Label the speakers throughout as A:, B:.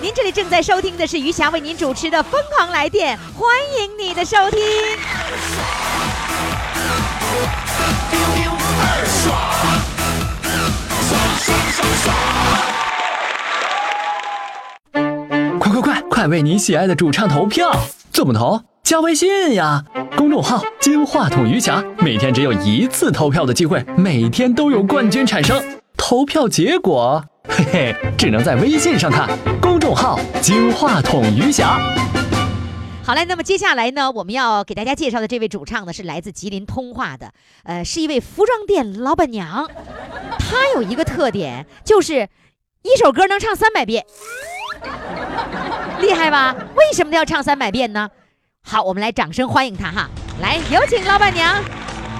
A: 您这里正在收听的是余霞为您主持的《疯狂来电》，欢迎你的收听。
B: 快快快，快为你喜爱的主唱投票！怎么投？加微信呀，公众号“金话筒余霞”，每天只有一次投票的机会，每天都有冠军产生。投票结果，嘿嘿，只能在微信上看。公众号“金话筒余霞
A: 好嘞，那么接下来呢，我们要给大家介绍的这位主唱呢，是来自吉林通化的，呃，是一位服装店老板娘。她有一个特点，就是一首歌能唱三百遍，厉害吧？为什么要唱三百遍呢？好，我们来掌声欢迎她哈！来，有请老板娘。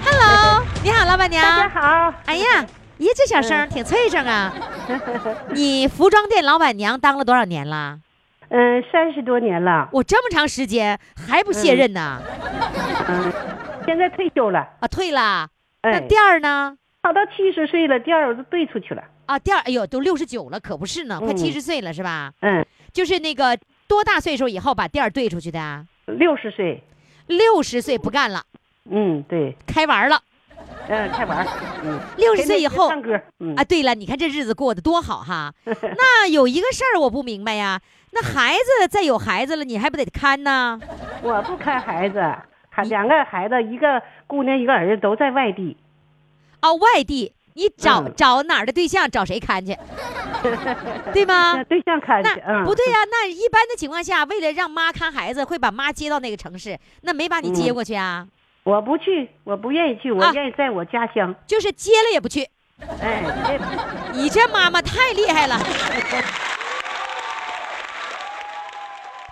A: Hello，你 好，老板娘。
C: 大家好，
A: 哎呀，咦，这小声儿挺脆声 啊！你服装店老板娘当了多少年了？
C: 嗯，三十多年了，
A: 我这么长时间还不
C: 嗯
A: 卸任呢？
C: 现在退休了。
A: 啊，退了。那
C: 哎，
A: 店儿呢？
C: 跑到七十岁了，店儿我都兑出去了。
A: 啊，店儿，哎呦，都六十九了，可不是呢，快
C: 嗯
A: 七十岁了是吧？
C: 嗯，
A: 就是那个多大岁数以后把店儿兑出去的啊？
C: 六十岁。
A: 六十岁不干了，
C: 嗯，对，
A: 开玩儿了。
C: 嗯，开玩儿。嗯，
A: 六十岁以后
C: 天天唱歌。嗯
A: 啊，，对了，你看这日子过得多好 哈。那有一个事儿我不明白呀，那孩子再有孩子了，你还不得看呢？
C: 我不看孩子，还两个孩子，一个姑娘，一个儿子都在外地。
A: 啊，外地，你找、
C: 嗯
A: 找哪儿的对象，找谁看去， 对
C: 那
A: 吗？
C: 对象看去，
A: 啊那
C: 嗯，
A: 不对呀、那一般的情况下，为了让妈看孩子，会把妈接到那个城市，那没把你接
C: 嗯
A: 过去啊，
C: 我不去，我不愿意去，我
A: 啊
C: 愿意在我家乡。
A: 就是接了也不去。
C: 哎，这
A: 你这妈妈太厉害了，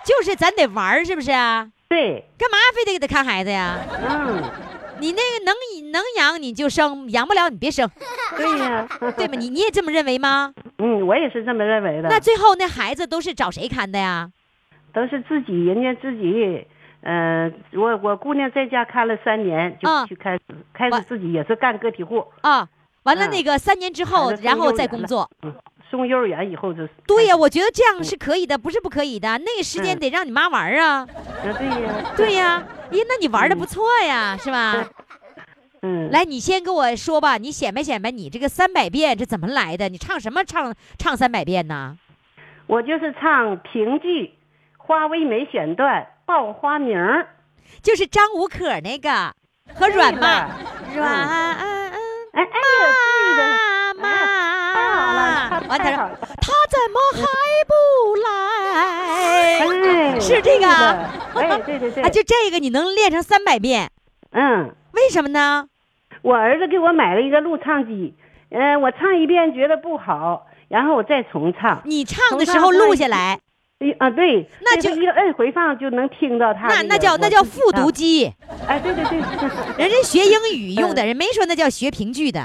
A: 就是咱得玩儿，是不是啊？
C: 对，
A: 干嘛非得给他看孩子呀？
C: 嗯，
A: 你那个能能养你就生，养不了你别生，
C: 对呀，
A: 对吗？你你也这么认为吗？
C: 嗯，我也是这么认为的。
A: 那最后那孩子都是找谁看的呀？
C: 都是自己人家自己，呃，我我姑娘在家看了三年，
A: 啊
C: 就去开始、开
A: 完
C: 始自己也是干个体户，
A: 啊，完了
C: 嗯
A: 那个三年之后，
C: 孩子
A: 然
C: 送
A: 后
C: 幼儿
A: 再
C: 园
A: 工
C: 了
A: 作。
C: 嗯，送幼儿园以后就是
A: 对呀、
C: 开
A: 我觉得这样是可以的，不是不可以的。那个时间
C: 哎嗯
A: 得让你妈玩儿啊。
C: 始，对呀，
A: 对呀、咦，那你玩儿的不错呀，是吧？
C: 嗯，
A: 来，你先跟我说吧，你显摆显摆，你这个三百遍这怎么来的？你唱什么唱唱三百遍呢？
C: 我就是唱评剧，花为媒选段报花名儿，
A: 就是张无可那个和阮妈，啊
C: 对
A: 阮
C: 了哎哎呀，
A: 妈
C: 哎太好
A: 妈
C: 了，
A: 啊完他
C: 太
A: 说
C: 好了
A: 他怎么还
C: 对
A: 不
C: 的，
A: 来？
C: 哎，
A: 是这个啊
C: 是的哎，对对对，
A: 啊，就这个你能练成三百遍，
C: 嗯，
A: 为什么呢？
C: 我儿子给我买了一个录唱机，嗯、我唱一遍觉得不好，然后我再重唱。
A: 你唱的时候录下来，
C: 哎啊，对，
A: 那
C: 这
A: 就
C: 个一摁回放就能听到他
A: 那
C: 个
A: 那叫那
C: 我
A: 叫
C: 自己
A: 复读
C: 唱。
A: 机。
C: 哎，对对对，
A: 人家学英语用 的，人没说那叫学评剧的。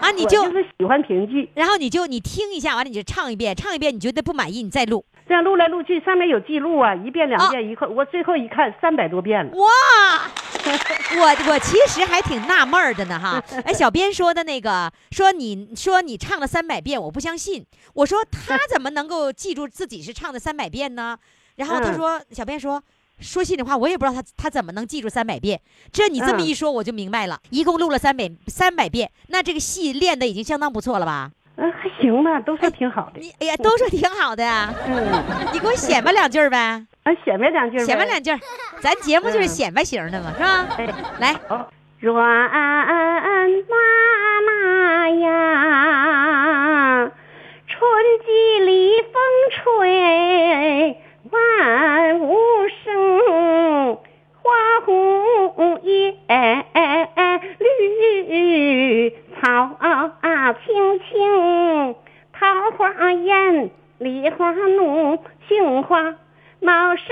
A: 啊， 你
C: 我
A: 就
C: 就是喜欢评剧，
A: 然后你就你听一下，完了你就唱一遍，唱一遍你觉得不满意，你再录。
C: 这样录来录去，上面有记录啊，一遍
A: 啊
C: 两遍一块，我最后一看三百多遍了。
A: 哇， 我我其实还挺纳闷儿的呢 哈。哎，小编说的那个，说你说你唱了三百遍，我不相信。我 说他怎么能够记住自己是唱的三百遍呢？然后他
C: 嗯
A: 说，小编说。说心里话，我也不知道他他怎么能记住三百遍。这你这么
C: 嗯
A: 一说，我就明白了。一共录了三百三百遍，那这个戏练的已经相当不错了吧？
C: 嗯，还行吧，都说挺好的。
A: 你哎呀，都说挺好的呀、
C: 嗯，
A: 你给我显摆两句儿呗，
C: 啊，显摆两句呗。
A: 显摆 两句儿。咱节目就是
C: 嗯
A: 显摆型的嘛，是吧？
C: 哎
A: 来，
C: 阮妈妈呀，春季里风吹万物生，花红叶绿，草啊青青，桃花艳，梨花花浓，杏花茂盛，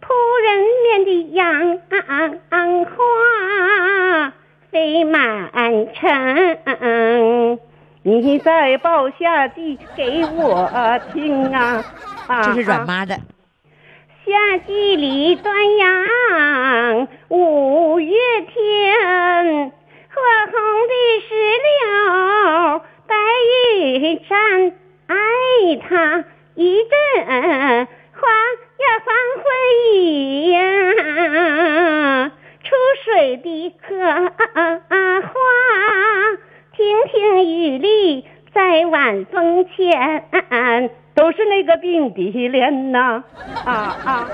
C: 扑人面的杨花飞满城。你再报下地给我听啊！啊
A: 这是
C: 啊
A: 阮妈的，
C: 夏季里端阳，五月天，火红的石榴，白玉簪，爱它一阵花呀黄昏雨呀，出水的荷花，亭亭玉立在晚风前，都是那个并蒂莲呐，啊啊，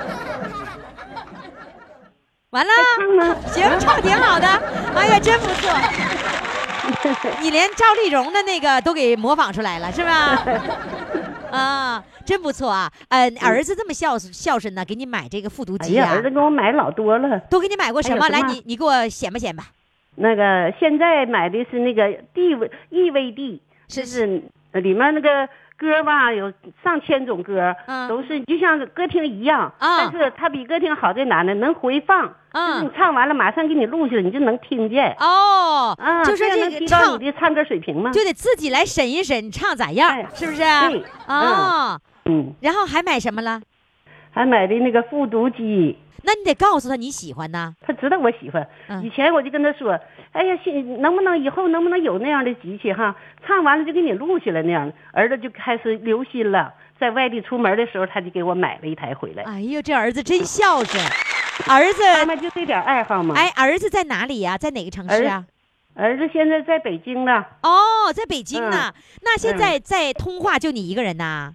A: 完了，
C: 唱吗？
A: 行，唱挺好的，哎呀，真不错。你连赵丽蓉的那个都给模仿出来了，是 吧？啊，真不错啊！呃，儿子这么孝顺孝顺呢，给你买这个复读
C: 嗯哎
A: 机
C: 呀，
A: 啊
C: 儿，子给我买老多了。
A: 都给你买过什
C: 哎呀
A: 么？
C: 什么
A: 来，你你给我显摆显摆。
C: 那个现在买的是那个地位异味地，
A: 是
C: 就是里面那个歌吧，有上千种歌，
A: 嗯
C: 都是就像歌厅一样，
A: 啊
C: 但是它比歌厅好在哪呢？能回放，就是你
A: 嗯，
C: 唱完了马上给你录下来，你就能听见。
A: 哦，
C: 啊，
A: 就说
C: 样
A: 这
C: 能提
A: 个
C: 高
A: 唱
C: 你的唱歌水平吗？
A: 就得自己来审一审，唱咋样
C: 哎，
A: 是不是？
C: 对
A: 啊，
C: 嗯，
A: 然后还买什么了？
C: 还买的那个复读机，
A: 那你得告诉他你喜欢呐。
C: 他知道我喜欢
A: 嗯。
C: 以前我就跟他说：“哎呀，现能不能以后能不能有那样的机器哈？唱完了就给你录下来那样的。”儿子就开始留心了，在外地出门的时候，他就给我买了一台回来。
A: 哎呦，这儿子真孝顺，儿子，
C: 他们就这点爱好嘛。
A: 哎，儿子在哪里呀、在哪个城市啊？
C: 儿子现在在北京了，
A: 哦，在北京呢。
C: 嗯
A: 那现在在通化就你一个人呐？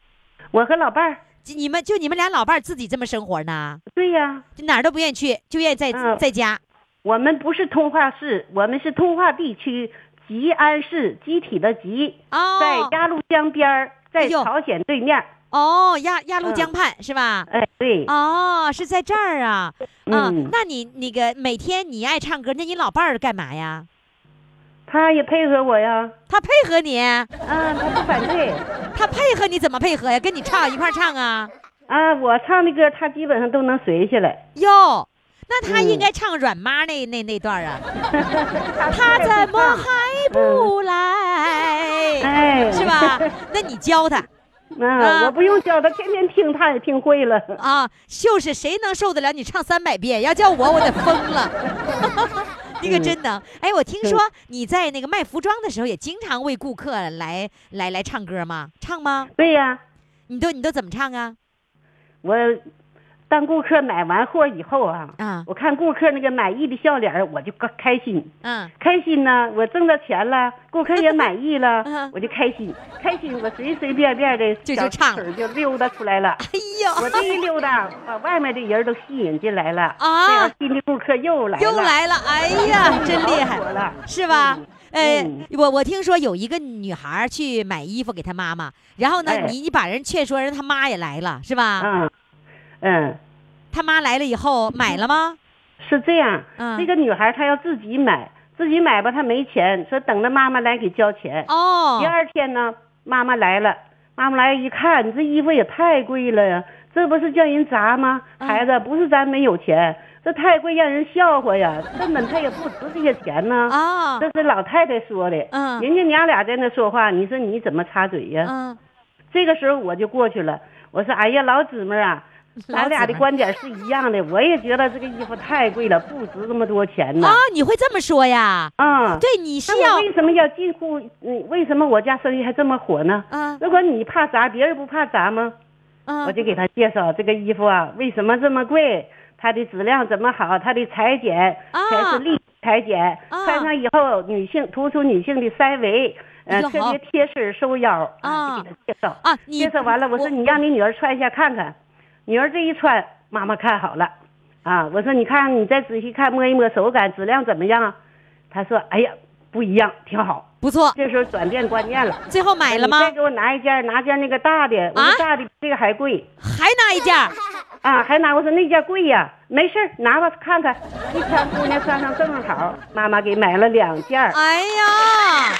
C: 我和老伴儿。
A: 就你们就你们俩老伴儿自己这么生活呢？
C: 对呀、
A: 就哪儿都不愿意去，就愿意在、
C: 嗯
A: 在家。
C: 我们不是通化市，我们是通化地区吉安市集体的集，在
A: 哦
C: 鸭绿江边儿，
A: 哎
C: 在
A: 呦
C: 朝鲜对面儿。
A: 哦，鸭鸭绿
C: 嗯
A: 江畔、是吧？
C: 哎，对，
A: 哦，是在这儿啊，啊，
C: 嗯
A: 那你那个每天你爱唱歌，那你老伴儿干嘛呀？
C: 他也配合我呀。
A: 他配合你，
C: 啊，他不反对。
A: 他配合你怎么配合呀？跟你唱一块儿唱啊？
C: 啊，我唱的歌他基本上都能随下来。
A: 哟，那他应
C: 嗯
A: 该唱阮妈那那那段儿啊。他
C: 他
A: 怎么还不来？
C: 哎，
A: 是？ 吧？那你教他啊
C: 啊，我不用教他，天天听他也听会了。
A: 啊，就是谁能受得了你唱三百遍？要叫我，我得疯了。 你可真
C: 嗯
A: 能！哎，我听说你在那个卖服装的时候，也经常为顾客来来来唱歌吗？唱吗？
C: 对呀、
A: 你都你都怎么唱啊？
C: 我当顾客买完货以后啊，
A: 啊
C: 我看顾客那个满意的笑脸儿，我就高开心。
A: 嗯，
C: 开心呢，我挣到钱了，顾客也满意
A: 嗯
C: 了，我就开心，开心，我随随便便的
A: 就
C: 小
A: 就唱
C: 腿儿就溜达出来 了。
A: 哎
C: 我
A: 呦，
C: 这一溜达，把外面的人都吸引进来了，
A: 啊
C: 这样新的顾客又来了，
A: 又来了！哎呀，真厉害
C: 恼死我。了。
A: 是吧？哎
C: 嗯，
A: 我我听说有一个女孩儿去买衣服给她妈妈，然后呢，
C: 哎
A: 你你把人劝说，人她妈也来了，是吧？
C: 嗯，嗯，
A: 她妈来了以后买了吗？
C: 是这样。
A: 嗯
C: 那个女孩她要自己买，自己买吧，她没钱，说等着妈妈来给交钱。
A: 哦
C: 第，二天呢，妈妈来了，妈妈来一看，你这衣服也太贵了呀，这不是叫人砸吗？
A: 嗯
C: 孩子，不是咱没有钱，这太贵让人笑话呀，根本她也不值这些钱呢。
A: 啊，
C: 这是老太太说的，
A: 嗯
C: 人家娘俩在那说话，你说你怎么插嘴呀？
A: 嗯，
C: 这个时候我就过去了，我说：“哎呀，老姊妹儿啊，咱俩
A: 老姊
C: 的
A: 妹儿
C: 观点是一样的，我也觉得这个衣服太贵了，不值这么多钱呢
A: 啊。，你会这么说呀？
C: 啊，
A: 对，你是
C: 那
A: 要
C: 我为什么要近乎？嗯，为什么我家生意还这么火呢？
A: 啊
C: 如果你怕砸，别人不怕砸吗？
A: 啊
C: 我就给他介绍这个衣服啊，为什么这么贵，它的质量怎么好，它的裁剪
A: 啊
C: 全是力裁剪，
A: 啊
C: 穿上以后女性突出女性的腮围，
A: 哎
C: 呃，
A: 呦
C: 特
A: 好
C: 别贴身收腰
A: 啊
C: 就给他介绍
A: 啊，你
C: 介绍完了，我说你让你女儿穿一下看看，女儿这一穿，妈妈看好了，啊，我说你看你再仔细看摸一摸手感质量怎么样？她说哎呀不一样，挺好。
A: 不错，
C: 这时候转变观念了，
A: 最后买了
C: 你再
A: 吗？
C: 给我拿一件，拿件那个大的，我
A: 啊
C: 说大的比这个还贵
A: 还拿一件儿？
C: 啊，还拿我说那件贵呀、没事儿拿吧看看，一穿姑娘穿上正好，妈妈给买了两件儿。
A: 哎呀，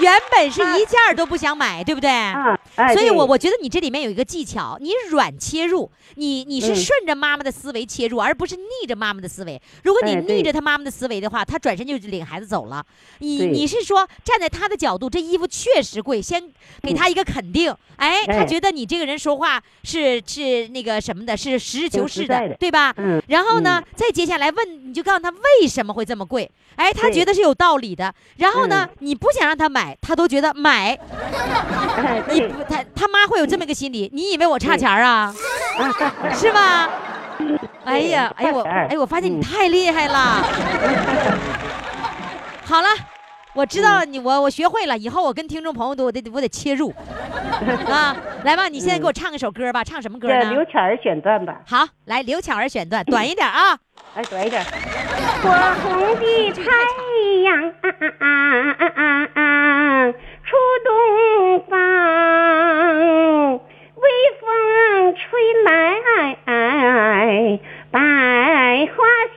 A: 原本是
C: 啊
A: 一件儿都不想买，对不对？
D: 啊，哎，
A: 所以
D: 对
A: 我我觉得你这里面有一个技巧，你软切入，你你是
D: 嗯
A: 顺着妈妈的思维切入，而不是逆着妈妈的思维。如果你
D: 哎对
A: 逆着她妈妈的思维的话，她转身就领孩子走了。你
D: 对
A: 你是说站在她的角度，这衣服确实贵，先给她一个肯定。哎，她
D: 嗯哎
A: 觉得你这个人说话是是那个什么的，是实事求
D: 实
A: 是
D: 在
A: 的
D: 的，
A: 对吧？
D: 嗯，
A: 然后呢，再接下来问，你就告诉他为什么会这么贵。哎，他
D: 对嗯
A: 觉得是有道理的。然后呢，你不想让他买，他都觉得买。
D: 哎，
A: 你
D: 对，
A: 不，他他妈会有这么一个心理，
D: 嗯
A: 你以为我差钱儿啊？是吧？ 哎呀，哎呀我
D: 差点儿
A: 哎，我发现你
D: 嗯
A: 太厉害 了。好了，我知道
D: 嗯
A: 你，我我学会了，以后我跟听众朋友都我得我得切 入啊。来吧，你现在给我唱一首歌吧，唱什么歌
D: 这
A: 呢？
D: 嗯刘巧儿选段吧，
A: 好，来刘巧儿选段，短一点啊。
D: 哎，短一点。火红的太阳、啊啊啊啊啊、出东方，微风吹来，百花香。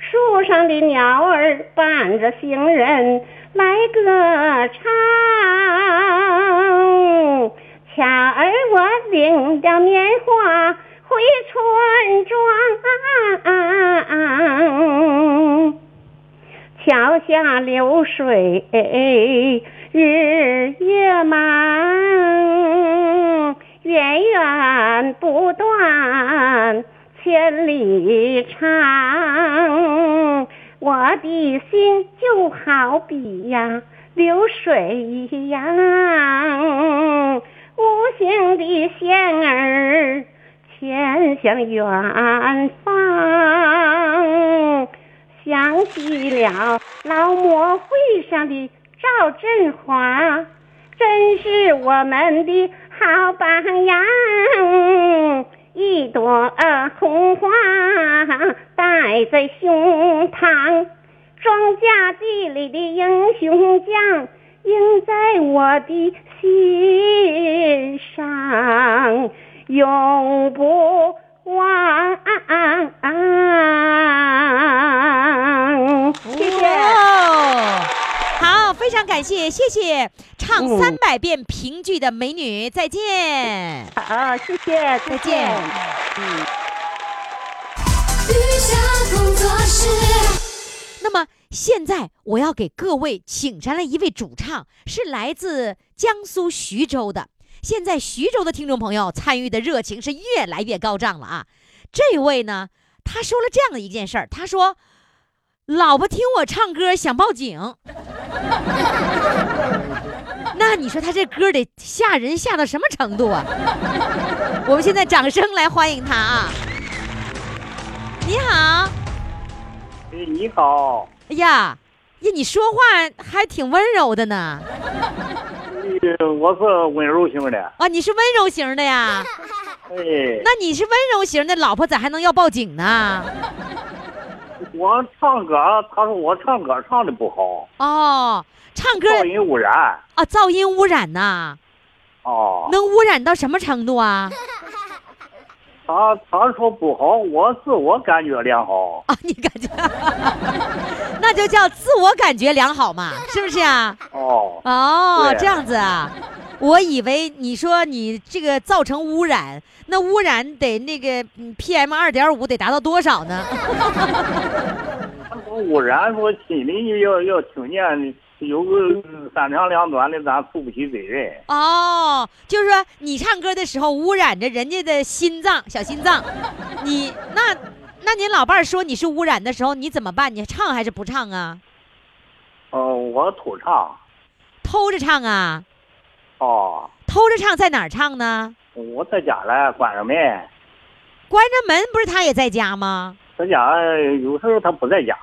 D: 树上的鸟儿伴着行人来歌唱。巧儿我领着棉花回村庄，桥下流水日月忙，源源不断千里长。我的心就好比呀流水一样，无形的线儿牵向远方。想起了劳模会上的赵振华，真是我们的好榜样。一朵红花戴在胸膛，庄稼地里的英雄将印在我的心上，永不忘。谢谢。
A: 哦，好，非常感谢，谢谢唱
D: 嗯
A: 三百遍评剧的美女，再见。
C: 啊
D: 好，谢谢，
A: 再见
C: 嗯
E: 雨下工作室，
A: 那么现在我要给各位请上来一位主唱，是来自江苏徐州的。现在徐州的听众朋友参与的热情是越来越高涨了啊！这位呢，他说了这样的一件事儿，他说：“老婆听我唱歌想报警。” 那你说他这歌得吓人吓到什么程度啊？ 我们现在掌声来欢迎他啊！你好。
F: 哎，你好，
A: 哎呀，呀，你说话还挺温柔的呢。
F: 呃我是温柔型的，
A: 啊，你是温柔型的呀？
F: 哎，
A: 那你是温柔型的，老婆咋还能要报警呢？
F: 我唱歌，他说我唱歌唱的不好，
A: 哦，唱歌
F: 噪音污染
A: 啊，噪音污染呐、
F: 啊，
A: 能污染到什么程度啊？
F: 他他说不好，我自我感觉良好，
A: 啊，你感觉， 那就叫自我感觉良好嘛，是不是啊？
F: 哦，
A: 哦，
F: 对
A: 这样子啊，我以为你说你这个造成污染，那污染得那个 PM 二点五得达到多少呢？
F: 他说污染，说心里要要听见有个三长两短的，咱负不起责任，
A: 哦，就是说你唱歌的时候污染着人家的心脏、小心脏，你那那你老伴儿说你是污染的时候，你怎么办？你唱还是不唱啊？
F: 哦，我偷唱，
A: 偷着唱啊？
F: 哦，
A: 偷着唱在哪儿唱呢？
F: 我在家了，关上门，
A: 关着门不是他也在家吗？
F: 在家有时候他不在家，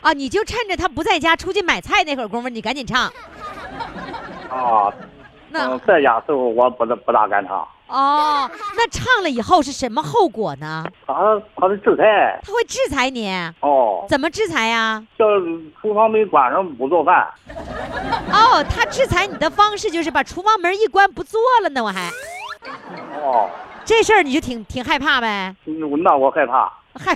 A: 啊，你就趁着他不在家出去买菜那会儿功夫，你赶紧唱。
F: 啊，
A: 那
F: 嗯
G: 哦
F: 在家时候我不大不大敢唱。
A: 哦，那唱了以后是什么后果呢？
F: 他他的制裁
A: 他会制裁你，
F: 哦，
A: 怎么制裁啊呀、
F: 叫厨房门关上不做饭，
A: 哦，他制裁你的方式就是把厨房门一关不做了呢，我还。
F: 哦，
A: 这事儿你就挺挺害怕呗，
F: 嗯我那我害怕。
A: 害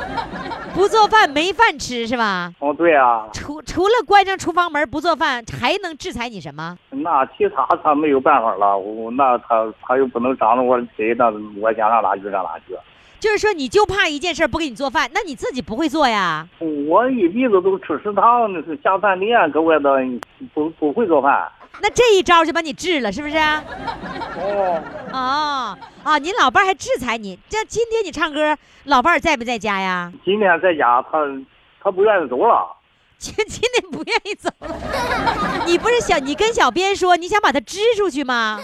A: 不做饭没饭吃是吧？
F: 哦，对啊，
A: 除除了关上厨房门不做饭，还能制裁你什么？
F: 那其他他没有办法了，我那他他又不能长着我谁，那我想让哪去让哪去。
A: 就是说你就怕一件事儿不给你做饭，那你自己不会做呀？
F: 我一辈子都吃食堂，那是下饭店搁外头不不会做饭。
A: 那这一招就把你治了，是不是啊？
F: 哦，
A: 哦啊，您老伴儿还制裁你，这今天你唱歌，老伴儿在不在家呀？
F: 今天在家他他不愿意走了。
A: 今今天不愿意走了， 你不是想你跟小编说你想把他支出去吗？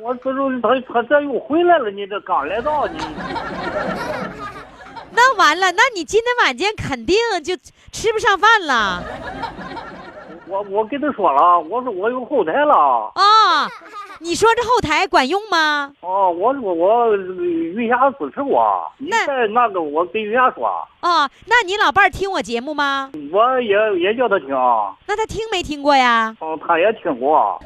F: 我这就他他这又回来了，你这刚来到你，
A: 那完了，那你今天晚间肯定就吃不上饭了
F: 我我跟他说了，我说我有后台了。
A: 啊！你说这后台管用吗？
F: 哦，我我我余霞支持我，啊你
A: 那
F: 在那个我跟余霞说，
A: 啊，那你老伴儿听我节目吗？
F: 我也也叫他听，嗯，
A: 那他听没听过呀？
F: 他也听过，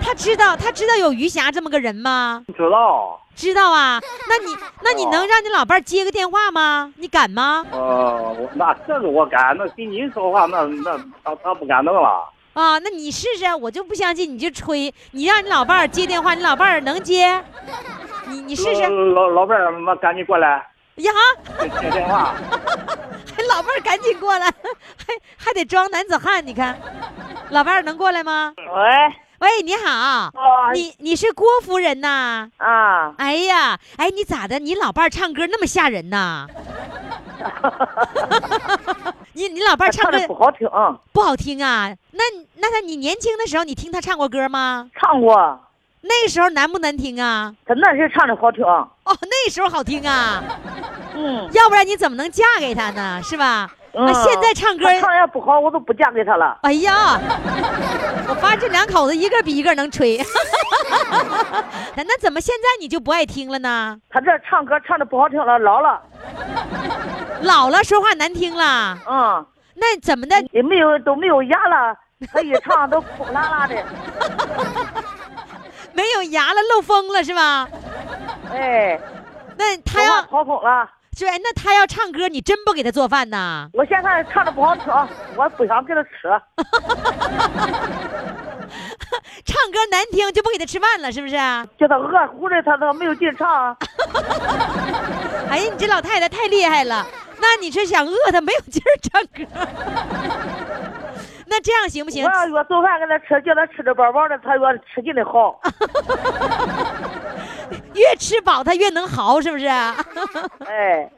A: 他知道他知道有余霞这么个人吗？
F: 知道，
A: 知道啊，那你那你能让你老伴儿接个电话吗？你敢吗？
F: 呃，我那这个我敢，那跟你说话那那他他不敢弄了，
A: 啊，那你试试，我就不相信，你就吹，你让你老伴儿接电话，你老伴儿能接？你你试试
F: 老呃老老伴儿，那赶紧过来
A: 呀，
F: 接电话，
A: 还老伴儿赶紧过来，还还得装男子汉，你看，老伴儿能过来吗？
C: 喂，
A: 喂，你好，
C: 哦
A: 你你是郭夫人呐？
C: 啊，
A: 哎呀，哎，你咋的？你老伴儿唱歌那么吓人呐？ 你你老伴儿唱
C: 唱
A: 歌
C: 的不好听，
A: 不好听啊？那那他你年轻的时候，你听他唱过歌吗？
C: 唱过，
A: 那时候难不难听啊？
C: 他那是唱的好听，
A: 哦，那时候好听啊，
C: 嗯，
A: 要不然你怎么能嫁给他呢？是吧？啊，现在唱歌，
C: 他嗯唱的不好，我都不嫁给他了。
A: 哎呀，我发现这两口子一个比一个能吹。 那那怎么现在你就不爱听了呢？
C: 他这唱歌唱的不好听了，老了，
A: 老了说话难听了，
C: 嗯，
A: 那怎么的？
C: 也没有都没有牙 了，他一唱都哭啦啦的，
A: 没有牙了，漏风了是吧？
C: 哎，
A: 那他
C: 说话
A: 要
C: 跑通了。
A: 对，那他要唱歌，你真不给他做饭呐？
C: 我现在唱的不好听，我不想给他吃。
A: 唱歌难听就不给他吃饭了，是不是？哎
C: 叫他饿乎的，他都没有劲唱。
A: 呀，你这老太太太厉害了。那你是想饿他没有劲儿唱歌？ 那这样行不行
C: 我？要越做饭给他吃，叫他吃的饱饱的，他越吃劲 的好。
A: 越吃饱他越能嚎，是不是？ 哎，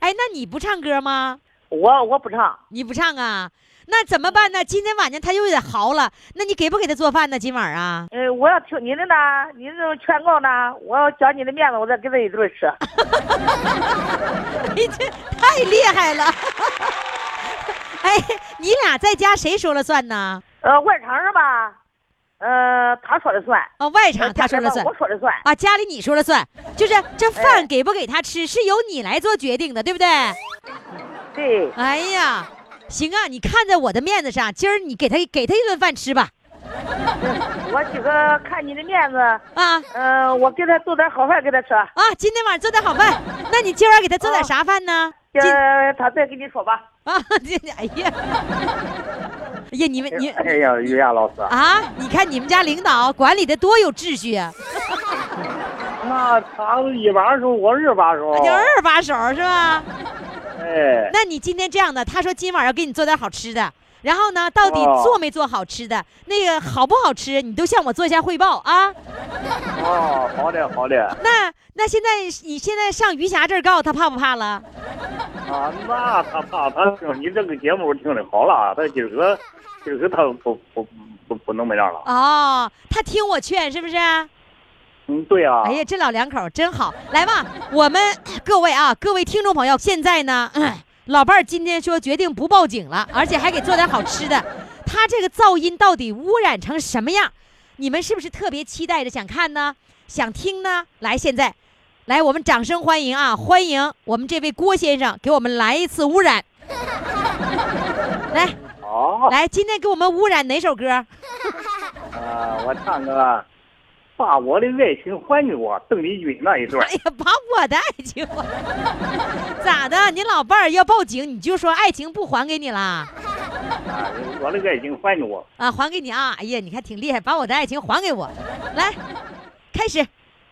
C: 哎，
A: 那你不唱歌吗？
C: 我我不唱，
A: 你不唱啊？那怎么办
C: 嗯
A: 呢？今天晚上他又得嚎了，那你给不给他做饭呢？今晚啊？
C: 哎，我要听你的呢，你这种劝告呢，我要讲你的面子，我再给他一 顿吃。
A: 你哎这太厉害了！ 哎，你俩在家谁说了算呢？
C: 呃，外场是吧？呃，他说了算，
A: 哦，外场他说了算
C: 我说了算。
A: 啊，家里你说了算，就是这
C: 哎
A: 饭给不给他吃是由你来做决定的，对不对？
C: 对，
A: 哎呀，行啊，你看在我的面子上，今儿你给他给他一顿饭吃吧。
C: 我今个看你的面子，
A: 啊，
C: 嗯、我给他做点好饭给他吃。
A: 啊，今天晚上做点好饭，那你今晚给他做点啥饭呢？
C: 今
A: 今
C: 儿呃他再跟你说吧。
A: 啊， 今天哎呀，哎呀，你们你
F: 哎呀，于亚老师，
A: 啊，你看你们家领导管理的多有秩序啊，
F: 那他一把手，我二把
G: 哦
F: 手，
A: 就二把手是吧？
F: 哎，
A: 那你今天这样的，他说今晚要给你做点好吃的，然后呢，到底
F: 哦
A: 做没做好吃的，那个好不好吃，你都向我做一下汇报啊。
F: 哦，好的好的，
A: 那那现在你现在上余霞这儿告他怕不怕了？
F: 啊，那他怕他听你这个节目听的好了，啊他今儿个今儿个他不不不不能没样了。啊
A: 哦，他听我劝是不啊是？
F: 嗯，对啊。
A: 哎呀，这老两口儿真好，来吧，我们 各位啊，各位听众朋友，现在呢， 嗯老伴儿今天说决定不报警了，而且还给做点好吃的，他这个噪音到底污染成什么样？你们是不是特别期待着想看呢？想听呢？来，现在，来，我们掌声欢迎啊！欢迎我们这位郭先生给我们来一次污染。 来
F: 好，
A: 来，今天给我们污染哪首歌？
F: 啊，我唱个把我的爱情还给我，邓丽君那一 段
A: 哎。呀，把我的爱情还，咋的？你 老伴儿要报警，你就说爱情不还给你啦？
F: 啊，我的爱情还给我。
A: 啊，还给你啊！哎呀，你看挺厉害，把我的爱情还给我。来，开始。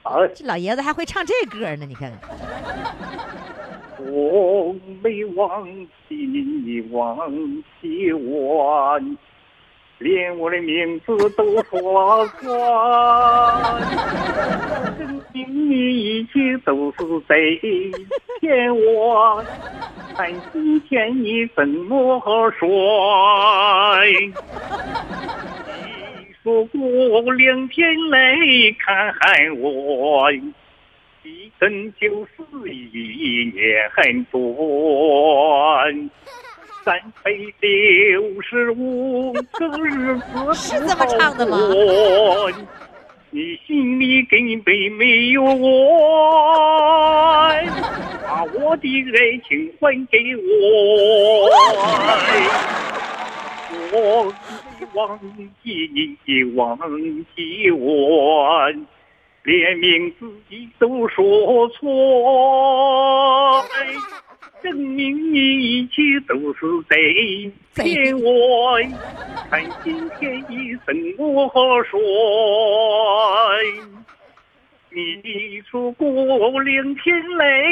F: 啊，
A: 这老爷子还会唱这歌呢，你看看。
F: 我没忘记你忘记我，连我的名字都说错，跟你一切都是贼骗我，但今天你怎么说？你说过两天来看我。一生就是一 年短，三百六十五个日子
A: 是这么唱的吗
F: 不好过你心里根本没有我，把我的爱情还给我。我没忘记你，你忘记我，连名字你都说错。证明你一切都是贼骗我，看今天你怎么说？你说过两天来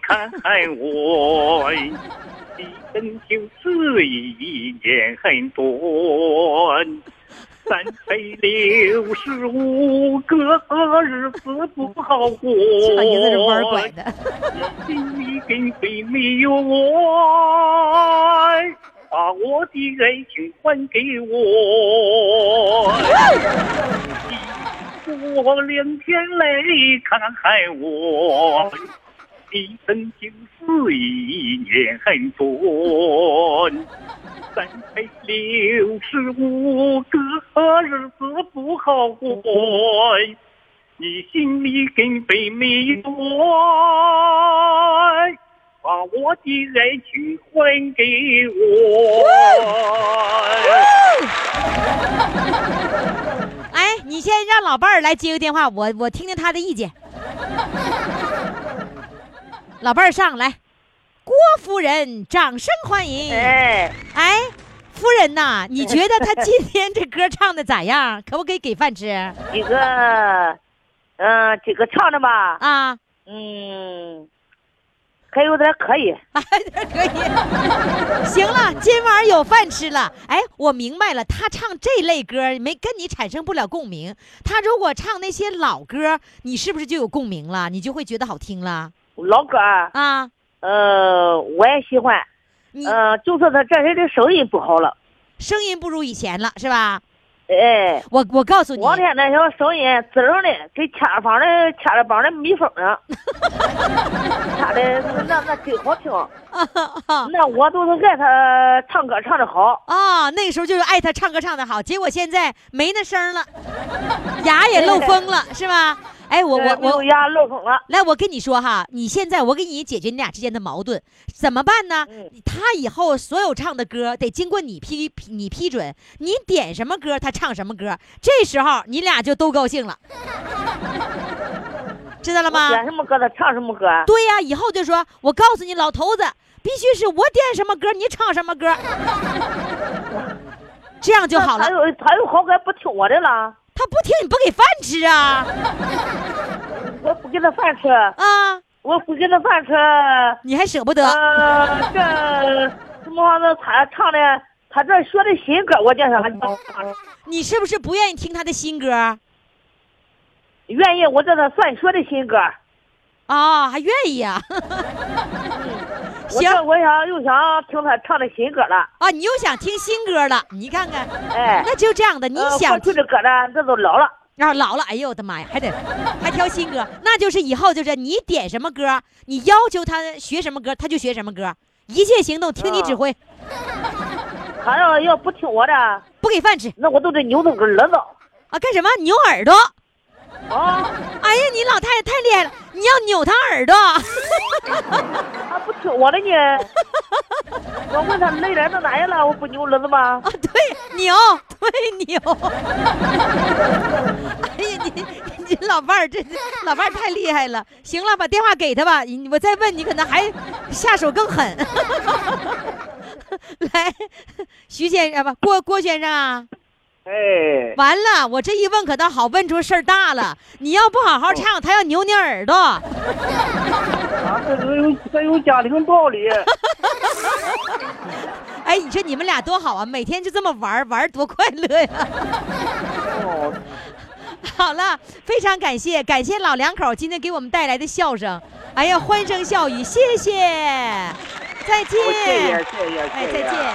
F: 看我，一生就是一年短。三百六十五个日子不好过。
A: 这老爷子是弯拐的。
F: 心里根本没有我，把我的爱情还给我。你过两天来看看我，一生就是一年短。三百六十五个日子不好过，你心里根本没有我，把我的爱情还给我。
A: 哎，你先让老伴儿来接个电话，我我听听他的意见。老伴儿上来，郭夫人，掌声欢迎。
C: 哎，
A: 哎，夫人呐，你觉得他今天这歌唱的咋样？可不可以给饭吃
C: 几个，嗯、几个唱的吧，
A: 啊？
C: 嗯，还有点可以。
A: 啊，可以。行了，今晚有饭吃了。哎，我明白了，他唱这类歌没跟你产生不了共鸣。他如果唱那些老歌，你是不是就有共鸣了？你就会觉得好听了
C: 老歌儿，
A: 啊？
C: 呃，我也喜欢，
A: 你
C: 呃，就是他这人的声音不好了，
A: 声音不如以前了，是吧？
C: 哎，
A: 我我告诉你，
C: 我天那小声音滋楞的，跟掐房的掐了帮的蜜蜂呢，掐的啊呃那那真好听，那我都是爱他唱歌唱的 好，
A: 啊、那个时候就是爱他唱歌唱得好，结果现在没那声儿了，牙也漏风了，是吧？哎，我我我
C: 有牙漏风了，
A: 来，我跟你说哈，你现在我给你解决你俩之间的矛盾，怎么办呢？
C: 嗯
A: 他以后所有唱的歌得经过你批批你批准，你点什么歌他唱什么歌，这时候你俩就都高兴 了，知道了吗？
C: 点什么歌他唱什么歌，啊
A: 对呀、以后就说，我告诉你，老头子必须是我点什么歌，你唱什么 歌，这样就好了
C: 他。有他有好歌不听我的了，
A: 他不听，你不给饭吃啊？
C: 我不给他饭吃，
A: 啊，
C: 我不给他饭吃。
A: 你还舍不得？
C: 呃，这什么玩意儿？他唱的，他这学的新歌，我叫啥？
A: 你是不是不愿意听他的新歌
C: 愿意，我这他算学的新歌。
A: 啊？还愿意 啊？
C: 我
A: 行
C: 这我想又想听他唱的新歌了。
A: 啊，你又想听新歌了？你看看，
C: 哎，
A: 那就这样的，你
C: 呃
A: 想
C: 过去的歌呢，这都老了。
A: 啊，老了，哎呦我的妈呀，还得还挑新歌，那就是以后就是你点什么歌，你要求他学什么歌，他就学什么歌，一切行动听你指挥，
C: 嗯他要要不听我的，
A: 不给饭吃
C: 那我都得扭动个耳朵。
A: 啊，干什么扭耳朵？
C: 啊，
A: 哎呀，你老太太太厉害了，你要扭他耳朵。
C: 他啊不听我的 呢。我问他累人到哪去了？我不扭耳朵吗？
A: 啊，对，牛，对牛。哎呀，你你老伴儿，这这老伴儿太厉害了。行了，把电话给他吧，你我再问你，可能还下手更狠。 来，徐先生啊，不，郭郭先生啊，
F: 哎，
A: 完了，我这一问可倒好，问出事儿大了。你要不好好唱，他要扭你耳朵。
F: 啊，这都有这有家庭道理。
A: 哎，你说你们俩多好啊，每天就这么玩儿，玩儿多快乐呀！
F: 哦，
A: 好了，非常感谢，感谢老两口今天给我们带来的笑声，哎呀，欢声笑语，谢 谢，再见，
F: 哦谢谢谢谢
A: 哎，
F: 谢
A: 再
F: 谢。啊
A: 见。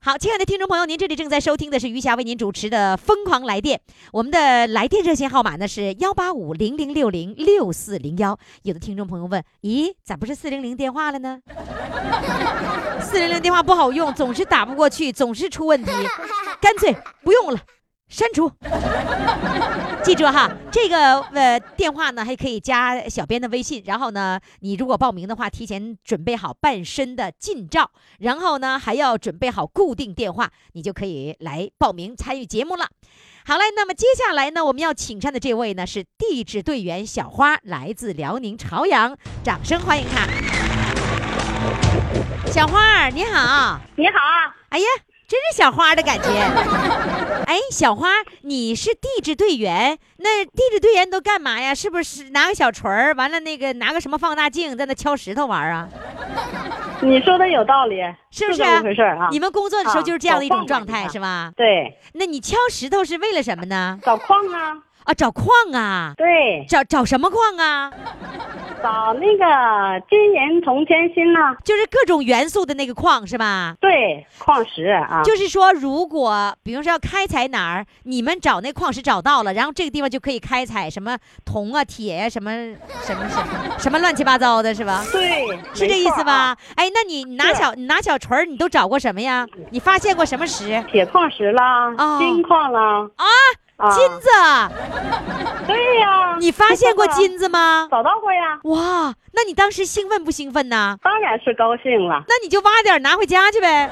A: 好，亲爱的听众朋友，您这里正在收听的是余霞为您主持的《疯狂来电》，我们的来电热线号码呢是幺八五零零六零六四零幺。有的听众朋友问，咦，咋不是四零零电话了 呢？四零零电话不好用，总是打不过去，总是出问题，干脆不用了。删除， 记住哈，这个呃电话呢还可以加小编的微信，然后呢，你如果报名的话，提前准备好半身的近照，然后呢，还要准备好固定电话，你就可以来报名参与节目了。好嘞，那么接下来呢，我们要请上的这位呢是地质队员小花，来自辽宁朝阳，掌声欢迎她。小花儿，你好，
H: 你好，
A: 哎呀，真是小花儿的感觉。哎，小花儿，你是地质队员，那地质队员都干嘛呀？是不是拿个小锤儿，完了那个拿个什么放大镜在那敲石头玩儿啊？
H: 你说的有道理，
A: 是不是
H: 这么回事儿啊？
A: 你们工作的时候
H: 啊
A: 就是这样的一
H: 找
A: 种
H: 矿
A: 状
H: 嘛
A: 态，
H: 你
A: 是吧？
H: 对，
A: 那你敲石头是为了什么呢？
H: 找矿啊，
A: 啊，找矿啊，
H: 对，
A: 找找什么矿啊？
H: 找那个金银铜啊铅锌呐、
A: 就是各种元素的那个矿是吧？
H: 对，矿石啊，
A: 就是说，如果比如说要开采哪儿，你们找那矿石找到了，然后这个地方就可以开采什么铜啊、铁呀、什么什么什么什么乱七八糟的，是吧？
H: 对，
A: 是这
H: 没
A: 意
H: 错
A: 思
H: 啊？
A: 吧？哎，那你你拿
H: 是
A: 小你拿小锤儿，你都找过什么呀？你发现过什么石？
H: 铁矿石啦，
A: 哦
H: 金矿啦，
A: 啊，
H: 啊，
A: 金子，
H: 对呀、
A: 你发现过
H: 啊？
A: 金子吗？
H: 找到过呀，
A: 哇，那你当时兴奋不兴奋呐？
H: 当然是高兴了，
A: 那你就挖点儿拿回家去呗。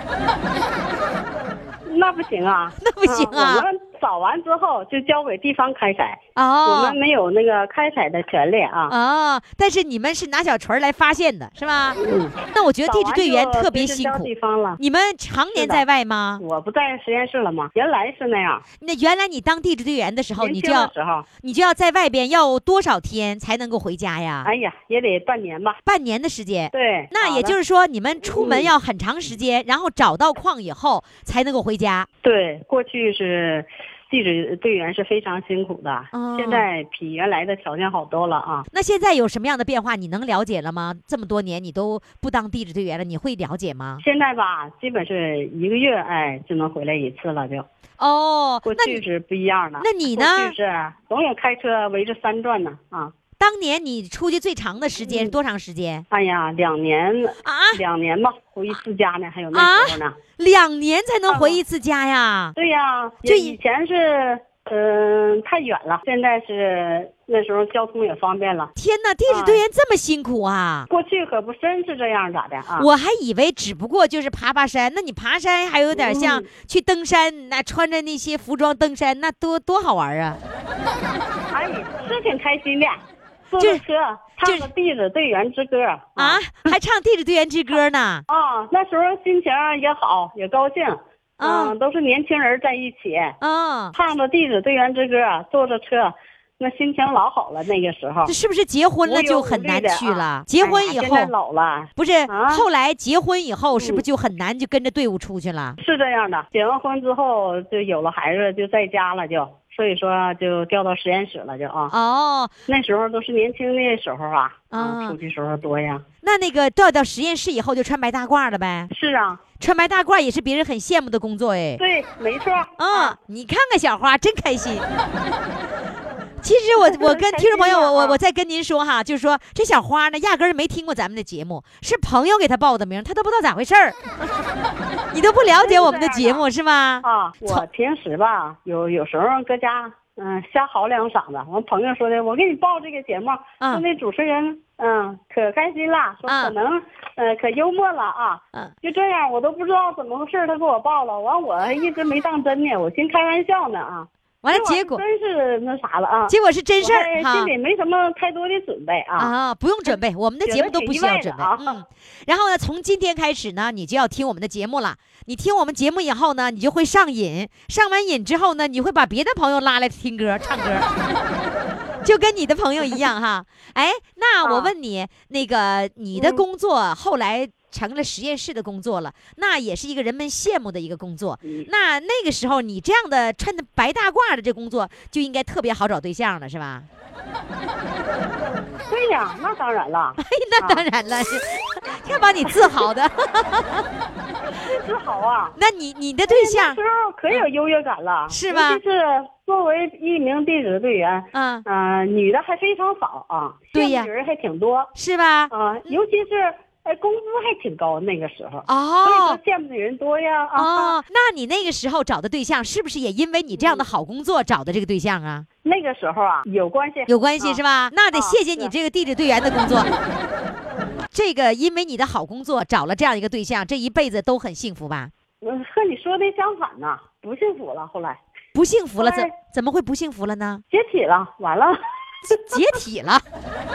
H: 那不行啊，
A: 那不行啊
H: 我们找完之后就交给地方开采，我
A: 哦
H: 们没有那个开采的权利啊。
A: 哦，但是你们是拿小锤儿来发现的，是吧？
H: 嗯，
A: 那我觉得
H: 找
A: 地
H: 完
A: 质队员
H: 就
A: 特别
H: 就
A: 辛
H: 交
A: 苦
H: 地。方 了，
A: 你们常年在外吗？
H: 我不在实验室了吗？原来是那样，
A: 那原来你当地质队员的时候，
H: 年
A: 你
H: 轻
A: 就要
H: 的时候，
A: 你就要在外边要多少天才能够回家呀？
H: 哎呀，也得半年吧。
A: 半年的时间。
H: 对，
A: 那也就是是说，你们出门
H: 嗯
A: 要很长时间，然后找到矿以后才能够回家。
H: 对，过去是地质队员是非常辛苦的，
A: 哦
H: 现在比原来的条件好多了啊。
A: 那现在有什么样的变化，你能了解了吗？这么多年你都不当地质队员了，你会了解吗？
H: 现在吧，基本是一个月哎就能回来一次了就，
A: 哦，
H: 过
A: 那你
H: 去是不一样的。
A: 那你呢
H: 过去是总有开车围着山转呢啊！
A: 当年你出去最长的时
H: 嗯
A: 间是多长时间
H: 哎呀，两年
A: 啊？
H: 两年 吧，回一次家呢，还有那时候呢。
A: 两年才能回一次家呀？
H: 对呀、
A: 就
H: 就
A: 以
H: 以前是嗯、太远了，现在是那时候交通也方便了。
A: 天哪，地质队员这么辛苦啊！
H: 过去可不真是这样咋的啊？
A: 我还以为只不过就是爬爬山，那你爬山还有点像
H: 嗯
A: 去登山，那穿着那些服装登山，那多多好玩啊！
H: 哎，是挺开心的，坐
A: 就
H: 个
A: 是
H: 车，唱个《地质队员之歌》
A: 啊，还唱地质队员之歌呢。
H: 啊，那时候心情啊也好，也高兴，
A: 啊
H: 嗯，都是年轻人在一起，
A: 嗯，
H: 唱着《地质队员之歌》，啊坐着车，那心情老好了。那个时候
A: 这，是不是结婚了
H: 无忧
A: 就
H: 无
A: 很
H: 虑
A: 难
H: 的
A: 去
H: 啊
A: 了？结婚
H: 哎呀
A: 以
H: 现在
A: 后
H: 老了。
A: 不是
H: 啊
A: 后来结婚以后是不是
H: 嗯
A: 就很难就跟着队伍出去了？
H: 是这样的，结完婚之后就有了孩子，就在家了就，所以说就调到实验室了就啊。
A: 哦，
H: 那时候都是年轻的时候啊，
A: 啊
H: 啊，出去时候多呀。
A: 那那个调到实验室以后就穿白大褂了呗？
H: 是啊，
A: 穿白大褂也是别人很羡慕的工作哎。
H: 对，没错。
A: 啊，你看看小花真开心。其实我我跟
C: 才
A: 听众朋友，
C: 这
A: 我
C: 样
A: 我
C: 啊
A: 我再跟您说哈，就是说这小花呢，压根儿没听过咱们的节目，是朋友给她报的名，她都不知道咋回事儿。你都不了解我们的节目是吗？
H: 啊，我平时吧，有有时候搁家，嗯、瞎嚎两嗓子。我朋友说的，我给你报这个节目，
A: 嗯
H: 说那主持人，嗯，可开心了，说
A: 嗯
H: 可能，呃，可幽默了啊。
A: 嗯，
H: 就这样，我都不知道怎么回事儿，他给我报了，完我还一直没当真呢，我寻开玩笑呢啊。
A: 完了结果
H: 真是那啥了啊，
A: 结果是真事
H: 我
A: 儿
H: 还
A: 哈
H: 心。里没什么太多的准备啊。
A: 啊，不用准备，我们的
H: 觉
A: 节
H: 得
A: 目都
H: 挺
A: 不
H: 意
A: 需要
H: 外的
A: 准备。
H: 啊
A: 嗯，然后呢，从今天开始呢，你就要听我们的节目了。你听我们节目以后呢，你就会上瘾，上完瘾之后呢，你会把别的朋友拉来听歌、唱歌，就跟你的朋友一样哈。哎，那我
H: 啊
A: 问你，那个你的
H: 嗯
A: 工作后来成了实验室的工作了，那也是一个人们羡慕的一个工作。那那个时候，你这样的穿的白大褂的这工作，就应该特别好找对象了，是吧？
H: 对呀，那当然了，
A: 那当然了， 要把你自豪 的。
H: 是好啊。
A: 那你你的对象
H: 那时，候可有优越感了，
A: 嗯是吧
H: 尤其是作为一名地质队员，
A: 嗯，
H: 嗯、女的还非常少啊，
A: 对呀
H: 羡慕人还挺多
A: 是吧？
H: 啊、尤其是哎、工资还挺高那个时候，所以说
A: 哦
H: 羡慕的人多呀啊。
A: 哦，那你那个时候找的对象，是不是也因为你这样
H: 嗯
A: 的好工作找的这个对象啊？
H: 那个时候啊，有关系，
A: 有关系
H: 啊
A: 是吧？那得
H: 啊
A: 谢谢你
H: 是
A: 这个地质队员的工 作。这个因为你的好工作找了这样一个对象，这一辈子都很幸福吧？
H: 嗯和你说的相反呐，不幸福了，后来
A: 不幸福了怎
H: 对
A: 怎么会不幸福了 呢？
H: 解体了，完了，
A: 解体了，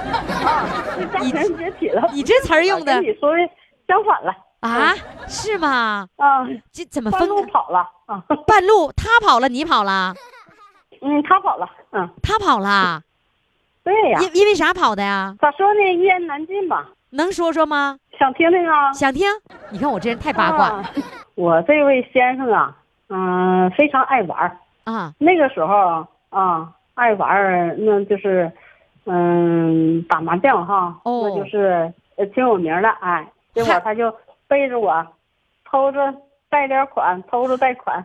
H: 这家
A: 你
H: 庭解体了，啊
A: 你这词儿用 的
H: 跟你说的相反了
A: 啊？是吗？
H: 啊，
A: 这怎么
H: 半
A: 分
H: 路
A: 开？
H: 跑了啊，
A: 半路他跑了，你跑了，
H: 嗯，他跑了，嗯，
A: 他跑了，
H: 对呀，
A: 因因为啥跑的呀？
H: 咋说呢，一言难尽吧。
A: 能说说吗？
H: 想听听啊？
A: 想听？你看我这人太八卦
H: 啊我这位先生啊，嗯、非常爱玩儿。
A: 啊！
H: 那个时候啊，爱玩儿，那就是，嗯，打麻将哈，
A: 哦
H: 那就是呃挺有名的。哎，这会儿他就背着我，偷着贷点款，偷着贷款。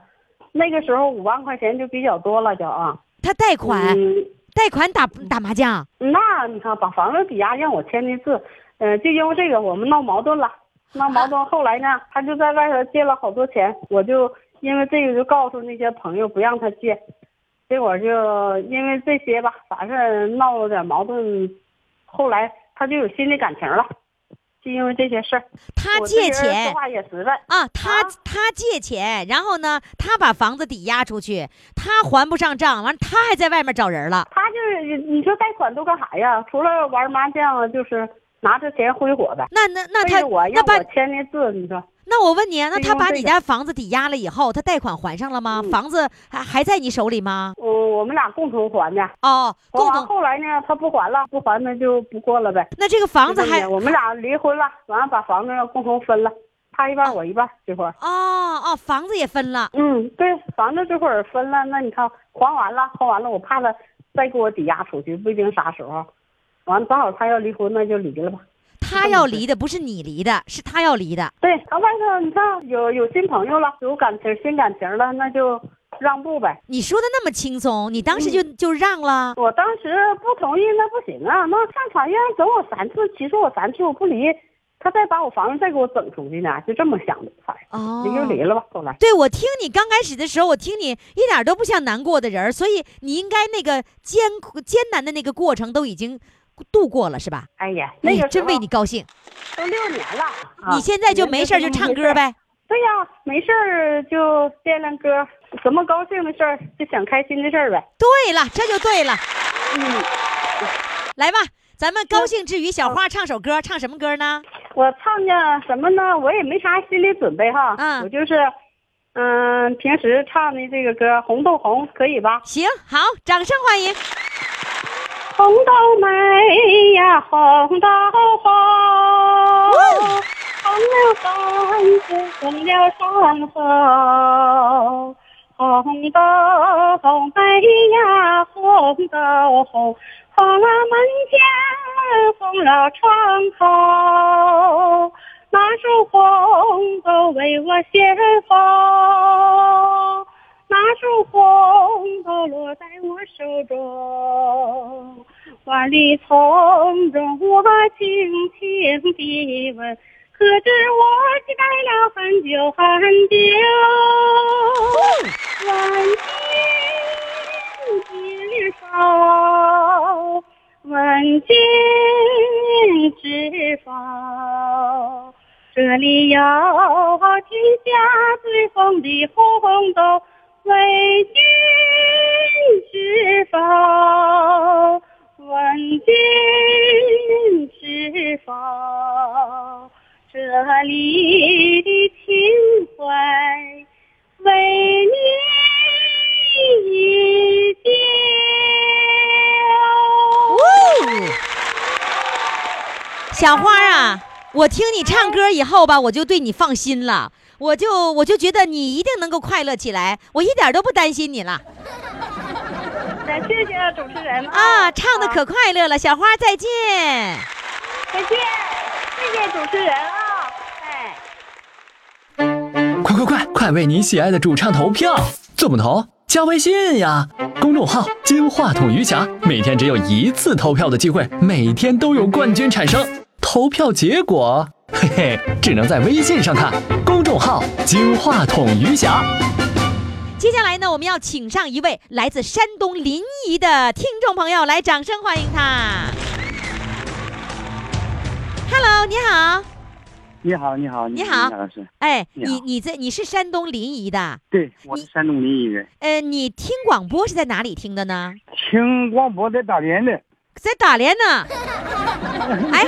H: 那个时候五万块钱就比较多了，就啊，
A: 他贷款，
H: 嗯，
A: 贷款打打麻将
H: 那你看，把房子抵押让我签的字，呃，就因为这个我们闹矛盾了，闹矛盾。后来呢，他就在外头借了好多钱，我就因为这个就告诉那些朋友不让他借，结果就因为这些吧，反正闹了点矛盾，后来他就有新的感情了，就因为这些事儿。
A: 他
H: 我这
A: 借
H: 人
A: 钱
H: 说话也实在，
A: 啊，他
H: 啊
A: 他借钱，然后呢，他把房子抵押出去，他还不上账，完了他还在外面找人了。
H: 他就是你说贷款都干啥呀？除了玩麻将啊，就是拿着钱挥霍呗。
A: 那那那
H: 背
A: 他
H: 着我
A: 那
H: 让
A: 把
H: 我签的字，你说。
A: 那我问你，啊那
H: 利
A: 他
H: 用
A: 把
H: 这
A: 你
H: 个
A: 家房子抵押了以后，他贷款还上了吗？
H: 嗯
A: 房子还还在你手里吗？
H: 我我们俩共同还的，
A: 哦，
H: 还
A: 共
H: 完
A: 同。
H: 后来呢，他不还了，不还那就不过了呗。
A: 那这个房子
H: 就这么
A: 还
H: 的我们俩离婚了，完了把房子要共同分了，他一半我一半，这会儿。
A: 哦哦，房子也分了。
H: 嗯，对，房子这会儿分了，那你看还完了，还完了，我怕他再给我抵押出去，不一定啥时候。完了，正好他要离婚，那就离了吧。
A: 他要离的不是你离的，是他要离的。
H: 对他外头，你看有有新朋友了，有感情新感情了，那就让步呗。
A: 你说的那么轻松，你当时就、就让了。
H: 我当时不同意，那不行啊！那上法院整我三次，起诉我三次，我不离，他再把我房子再给我整出去呢，就这么想的，反
A: 哦
H: 正离就离了吧，后来。
A: 对，我听你刚开始的时候，我听你一点都不像难过的人儿，所以你应该那个艰苦艰难的那个过程都已经度过了，是吧？
H: 哎呀，那
A: 哎
H: 个时
A: 真
H: 候
A: 为你高兴。
H: 都六年了，啊
A: 你现在就没事儿就唱歌。呗。
H: 对呀，没事儿就练练歌，什么高兴的事儿就想开心的事儿呗。
A: 对了，这就对了。
H: 嗯，
A: 来吧，咱们高兴之余，小花唱首歌，唱什么歌呢？
H: 我唱的什么呢？我也没啥心理准备哈，
A: 嗯
H: 我就是，嗯、平时唱的这个歌《红豆红》可以吧？
A: 行，好，掌声欢迎。
H: 红豆梅呀，红豆红，红了山子，红了山后。红豆红梅呀，红豆红，红了门前，红了窗口，那束红豆为我献红。那束红豆落在我手中，
I: 万里丛中，我轻轻地问，可知我期待了很久很久，万军之首，问君知否？这里有天下最红的红豆，问君知否？问君知否？这里的情怀为你依旧。
A: 小花啊，我听你唱歌以后吧，我就对你放心了，我就我就觉得你一定能够快乐起来，我一点都不担心你了
I: 谢谢主持人
A: 啊！唱的可快乐了，小花再见。
I: 再见，谢谢主持人啊！哎，
B: 快快快，快为你喜爱的主唱投票！怎么投？加微信呀，公众号“金话筒余霞”，每天只有一次投票的机会，每天都有冠军产生。投票结果，嘿嘿，只能在微信上看。公众号“金话筒余霞
A: 接下来呢，我们要请上一位来自山东临沂的听众朋友，来掌声欢迎他。Hello，你好，
G: 你好，你好，
A: 你好
G: 老师，
A: 哎，
G: 你好
A: 你你在你是山东临沂的，
G: 对，我是山东临沂人，
A: 呃，你听广播是在哪里听的呢？
G: 听广播在大连的，
A: 在大连呢。哎，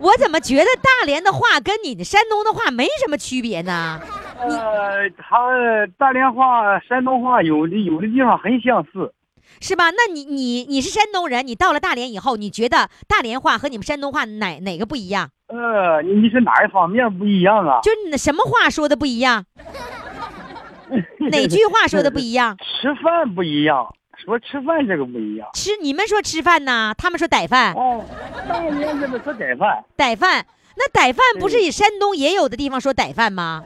A: 我怎么觉得大连的话跟你的山东的话没什么区别呢？
G: 呃，他大连话、山东话有的有的地方很相似，
A: 是吧？那你你你是山东人，你到了大连以后，你觉得大连话和你们山东话哪哪个不一样？
G: 呃，你你是哪一方面不一样啊？
A: 就是什么话说的不一样？哪句话说的不一样？
G: 吃饭不一样，说吃饭这个不一样。
A: 吃你们说吃饭呐，他们说逮饭，
G: 哦，大连这个说逮饭，
A: 逮饭。那逮饭不是山东也有的地方说逮饭吗？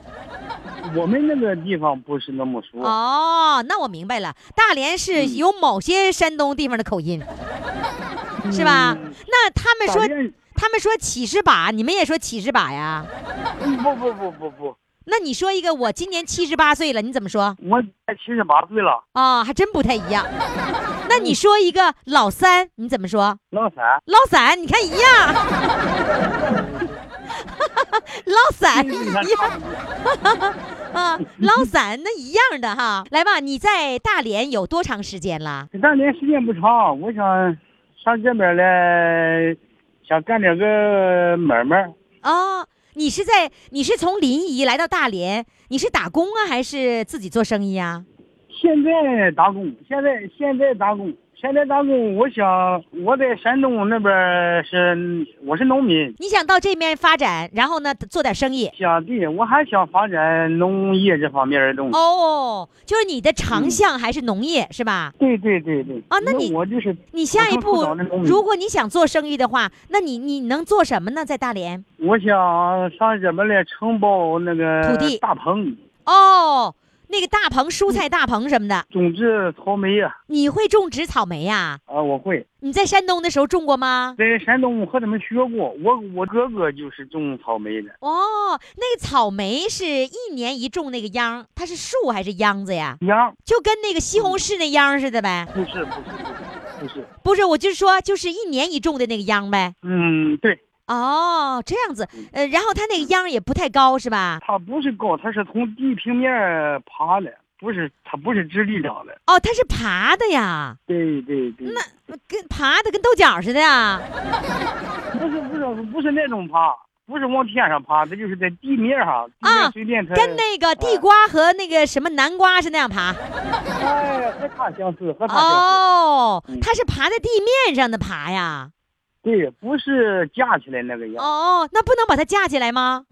G: 我们那个地方不是那么说。
A: 哦，那我明白了，大连是
G: 嗯
A: 有某些山东地方的口音，是吧？那他们
G: 嗯大
A: 说
G: 连
A: 他们说起十把，你们也说起十把呀？
G: 嗯不不不不不，
A: 那你说一个，我今年七十八岁了，你怎么说？
G: 我七十八岁了，
A: 啊、还真不太一样。那你说一个老三，你怎么说？
G: 老三。
A: 老三，你看一样。 老三一样， 啊，老三那一样的哈。来吧，你在大连有多长时间了？
G: 大连时间不长，我想上这边来，想干点个买卖。
A: 哦，你是在你是从临沂来到大连，你是打工啊，还是自己做生意啊？
G: 现在打工，现在现在打工，现在打工。我想我在山东那边是我是农民，
A: 你想到这面发展，然后呢做点生意？
G: 想对我还想发展农业这方面的东西。
A: 哦，就是你的
G: 嗯
A: 长项还是农业、是吧？
G: 对对对对。
A: 啊那你
G: 我就是
A: 你下一
G: 我
A: 步
G: 从小的农，民
A: 如果你想做生意的话，那你你能做什么呢？在大连？
G: 我想上这边来承包那个
A: 土地
G: 大棚，
A: 哦，那个大棚、
G: 嗯
A: 蔬菜大棚什么的，
G: 种植草莓呀、
A: 你会种植草莓呀、
G: 啊，我会。
A: 你在山东的时候种过吗？
G: 在山东我和他们学过，我我哥哥就是种草莓的。
A: 哦，那个草莓是一年一种那个秧，它是树还是秧子呀？
G: 娘，
A: 就跟那个西红柿那秧似的呗？
G: 不是不是不是不是，
A: 不是，我就是说，就是一年一种的那个秧呗。
G: 嗯，对，
A: 哦，这样子，呃，然后它那个秧也不太高是吧？
G: 它不是高，它是从地平面儿爬的，不是它不是直立长的。
A: 哦，它是爬的呀，
G: 对对对，
A: 跟爬的跟豆角似的呀。
G: 不是不是不是那种爬，不是往天上爬，它就是在地面上，地
A: 啊
G: 面随便它。
A: 跟那个地瓜和那个什么南瓜是那样爬。
G: 哎，和它相似，和它相似。
A: 哦
G: 嗯，
A: 它是爬在地面上的爬呀。
G: 对，不是架起来那个样，
A: 哦，那不能把它架起来吗？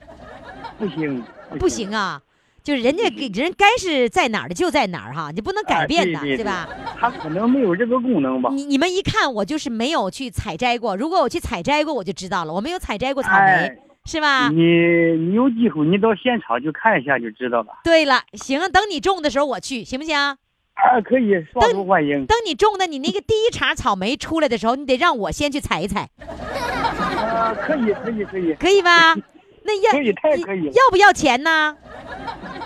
G: 不行
A: 不行啊，就是人家给人该是在哪儿的就在哪儿哈，你不能改
G: 哎
A: 变
G: 对
A: 的，
G: 对对
A: 吧？
G: 它可能没有这个功能吧。
A: 你你们一看我就是没有去采摘过，如果我去采摘过，我就知道了，我没有采摘过草莓，啊
G: 哎，
A: 是吧？
G: 你你有机会你到现场去看一下就知道了。
A: 对了，行，等你种的时候我去，行不行？
G: 啊，可以双足欢迎。
A: 等你种的你那个第一茬草莓出来的时候，你得让我先去采一采，
G: 啊，可以，可以，可以，
A: 可以吧？那要
G: 可以太
A: 你
G: 可以了
A: 要不要钱呢？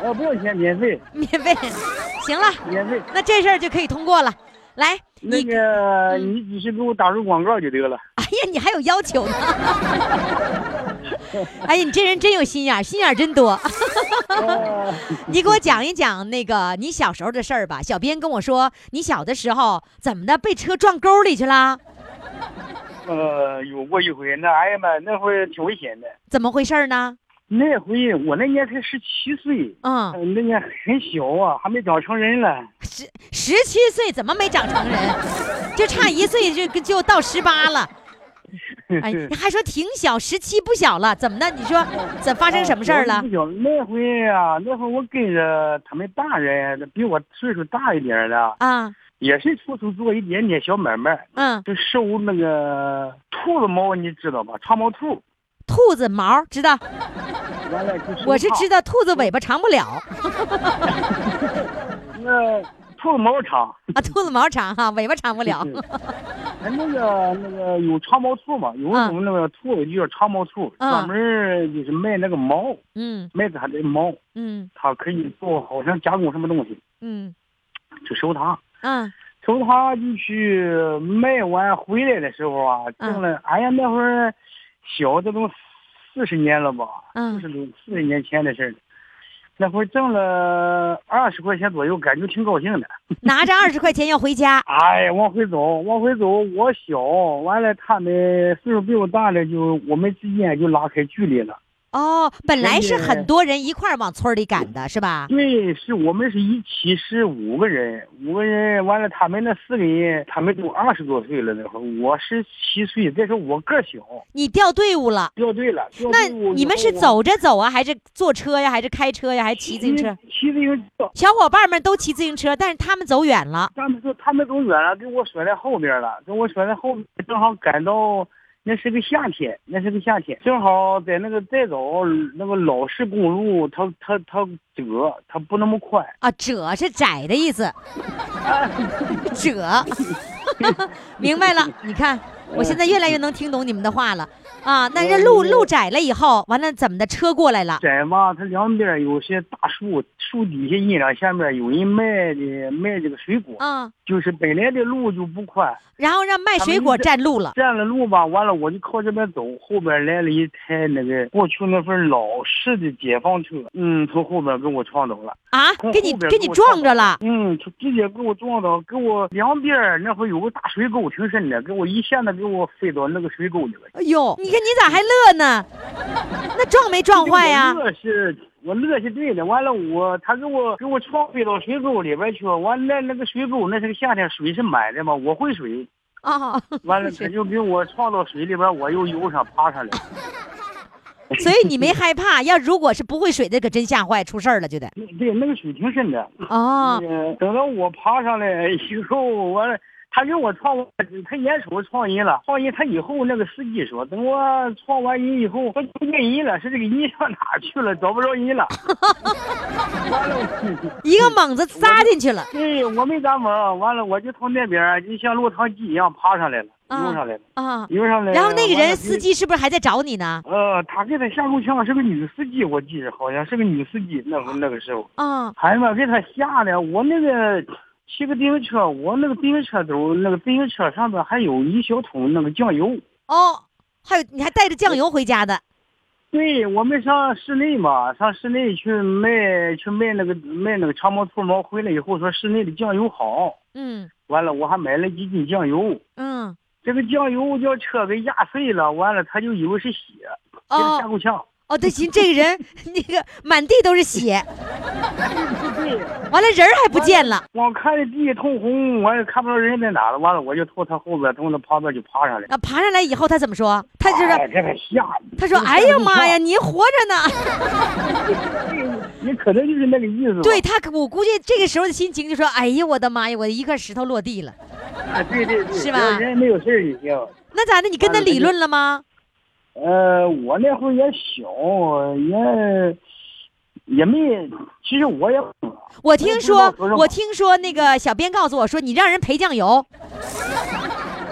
G: 啊，不用钱，免费，
A: 免费，行了，
G: 免费。
A: 那这事儿就可以通过了。来，
G: 那
A: 你
G: 个，你只是给我打入广告就 得了。
A: 哎呀，你还有要求呢？ 哎呀，你这人真有心眼儿，心眼儿真多。
G: 哦
A: 你给我讲一讲那个你小时候的事儿吧。小编跟我说，你小的时候怎么的被车撞沟里去了？
G: 呃，有过一回，那哎呀妈，那会儿挺危险的。
A: 怎么回事儿呢？
G: 那回我那年才十七岁，
A: 嗯，
G: 呃那年很小啊，还没长成人了。
A: 十十七岁怎么没长成人？就差一岁就就到十八了。哎，你还说挺小，十七不小了，怎么的？你说怎发生什么事儿
G: 我
A: 了
G: 不？小那回啊，那会儿我跟着他们大人，比我岁数大一点儿的，
A: 啊，
G: 也是出去做一点点小买卖，
A: 嗯，
G: 就收那个兔子毛，你知道吧？长毛兔。
A: 兔子毛知道，
G: 完了就收
A: 我是
G: 胖
A: 知道兔子尾巴长不了。
G: 那兔子毛长，
A: 啊，兔子毛长哈、尾巴长不了。
G: 嗯哎那个那个有长毛兔嘛？有
A: 嗯
G: 一种那个兔子就叫长毛兔，
A: 嗯
G: 专门儿就是卖那个毛，
A: 嗯
G: 卖它的毛，
A: 嗯
G: 它可以做好像加工什么东西，
A: 嗯
G: 就收它。
A: 嗯
G: 从他就去卖完回来的时候啊，
A: 嗯
G: 挣了，哎呀，那会儿小，这都四十年了吧，四
A: 嗯
G: 十多四十年前的事儿了，那会儿挣了二十块钱左右，感觉挺高兴的。
A: 拿着二十块钱要回家。
G: 哎呀，往回走，往回走，我小，完了他们岁数比我大的就我们之间就拉开距离了。
A: 哦，本来是
G: 人家
A: 很多人一块儿往村里赶的，是吧？
G: 对，是我们是一起是五个人，五个人完了，他们那四个人，他们都二十多岁了，那会儿我十七岁，再说我个儿小，
A: 你掉队伍了。
G: 掉队了。掉
A: 那
G: 队伍
A: 你们是
G: 我
A: 走着走啊，还是坐车呀，还是开车呀，还是骑自行车？？
G: 骑自行车，
A: 小伙伴们都骑自行车，但是他们走远了。
G: 他们说他们走远了，给我甩在后边了，给我甩在后边，正好赶到。那是个夏天，那是个夏天，正好在那个再走那个老式公路，它它它折，它不那么宽，
A: 啊，褶是窄的意 思，褶， 明白了。你看，我现在越来越能听懂你们的话了啊。那这路路窄了以后，完了怎么的？车过来了，
G: 窄吧，它两边有些大树，树底下阴凉，下面有人卖的卖这个水果，
A: 啊，
G: 就是本来的路就不宽，
A: 然后让卖水果占路了。
G: 占了路吧，完了我就靠这边走，后边来了一台那个过去那份老式的解放车，嗯，从后边给我撞倒了，
A: 啊，
G: 从
A: 给你
G: 后边
A: 给
G: 给
A: 你
G: 我
A: 撞着了，
G: 嗯，就直接给我撞倒，给我两边儿那会有个大水沟挺深的，给我一下子给我飞到那个水沟里了。
A: 哎呦，你看你咋还乐 呢？那撞没撞坏呀
G: 我？乐是，我乐是对的。完了我，他给我给我撞飞到水沟里边去了。完了，那个水沟那是个夏天，水是满的嘛，我会水。
A: 啊，
G: 完了，他就给我撞到水里边，我又游上爬上来。
A: 所以你没害怕。要如果是不会水的，可真吓坏，出事儿了就得。
G: 对，那个水挺深的。
A: 哦，
G: 嗯，等到我爬上来以后，完了。他给我撞完，他眼瞅撞人了，撞人他以后那个司机说，等我撞完人以后，我就不见人了，是这个人上哪儿去了，找不着人了。完了，
A: 一个猛子扎进去了
G: 对，我没敢猛，完了我就从那边儿就像落汤鸡一样爬上来了，
A: 啊
G: 游上来了，
A: 啊。
G: 游上来了。
A: 然后那个
G: 完了
A: 人司，机是不是还在找你呢？
G: 呃，他给他吓够呛，是个女司机，我记着好像是个女司机，那会那个时候，
A: 啊
G: 哎呀妈，给他吓的，我那个骑个自行车，我那个自行车兜，那个自行车上边还有一小桶那个酱油。
A: 哦，还有你还带着酱油回家的
G: 对我们上市内嘛，上市内去卖去卖那个卖那个长毛兔毛，回来以后说市内的酱油好，
A: 嗯
G: 完了我还买了几斤酱油。
A: 嗯
G: 这个酱油叫车给压碎了，完了他就以为是血，给他吓
A: 哦
G: 够呛。
A: 哦，对，行，这个人 那个满地都是血，
G: 对，
A: 完了人儿还不见了。
G: 我看着地通红，完了看不着人在哪了，完了我就从他后边从他旁边就爬上来。
A: 啊，爬上来以后他怎么说？他就是
G: 哎，给他吓的。
A: 他说：“哎呀妈呀，你活着呢
G: 你可能就是那个意思！”吧。
A: 对他可，我估计这个时候的心情就说：“哎呀，我的妈呀，我一块石头落地了。
G: 啊，对对对，
A: 是吧
G: 人没有事儿就行。”
A: 那咋的？你跟他
G: 完了
A: 理论了吗？
G: 呃，我那会儿也小，也
J: 也没，其实我也
A: 我听
J: 我也
A: 说
J: 不知道多少，
A: 我听说那个小编告诉我说，你让人赔酱油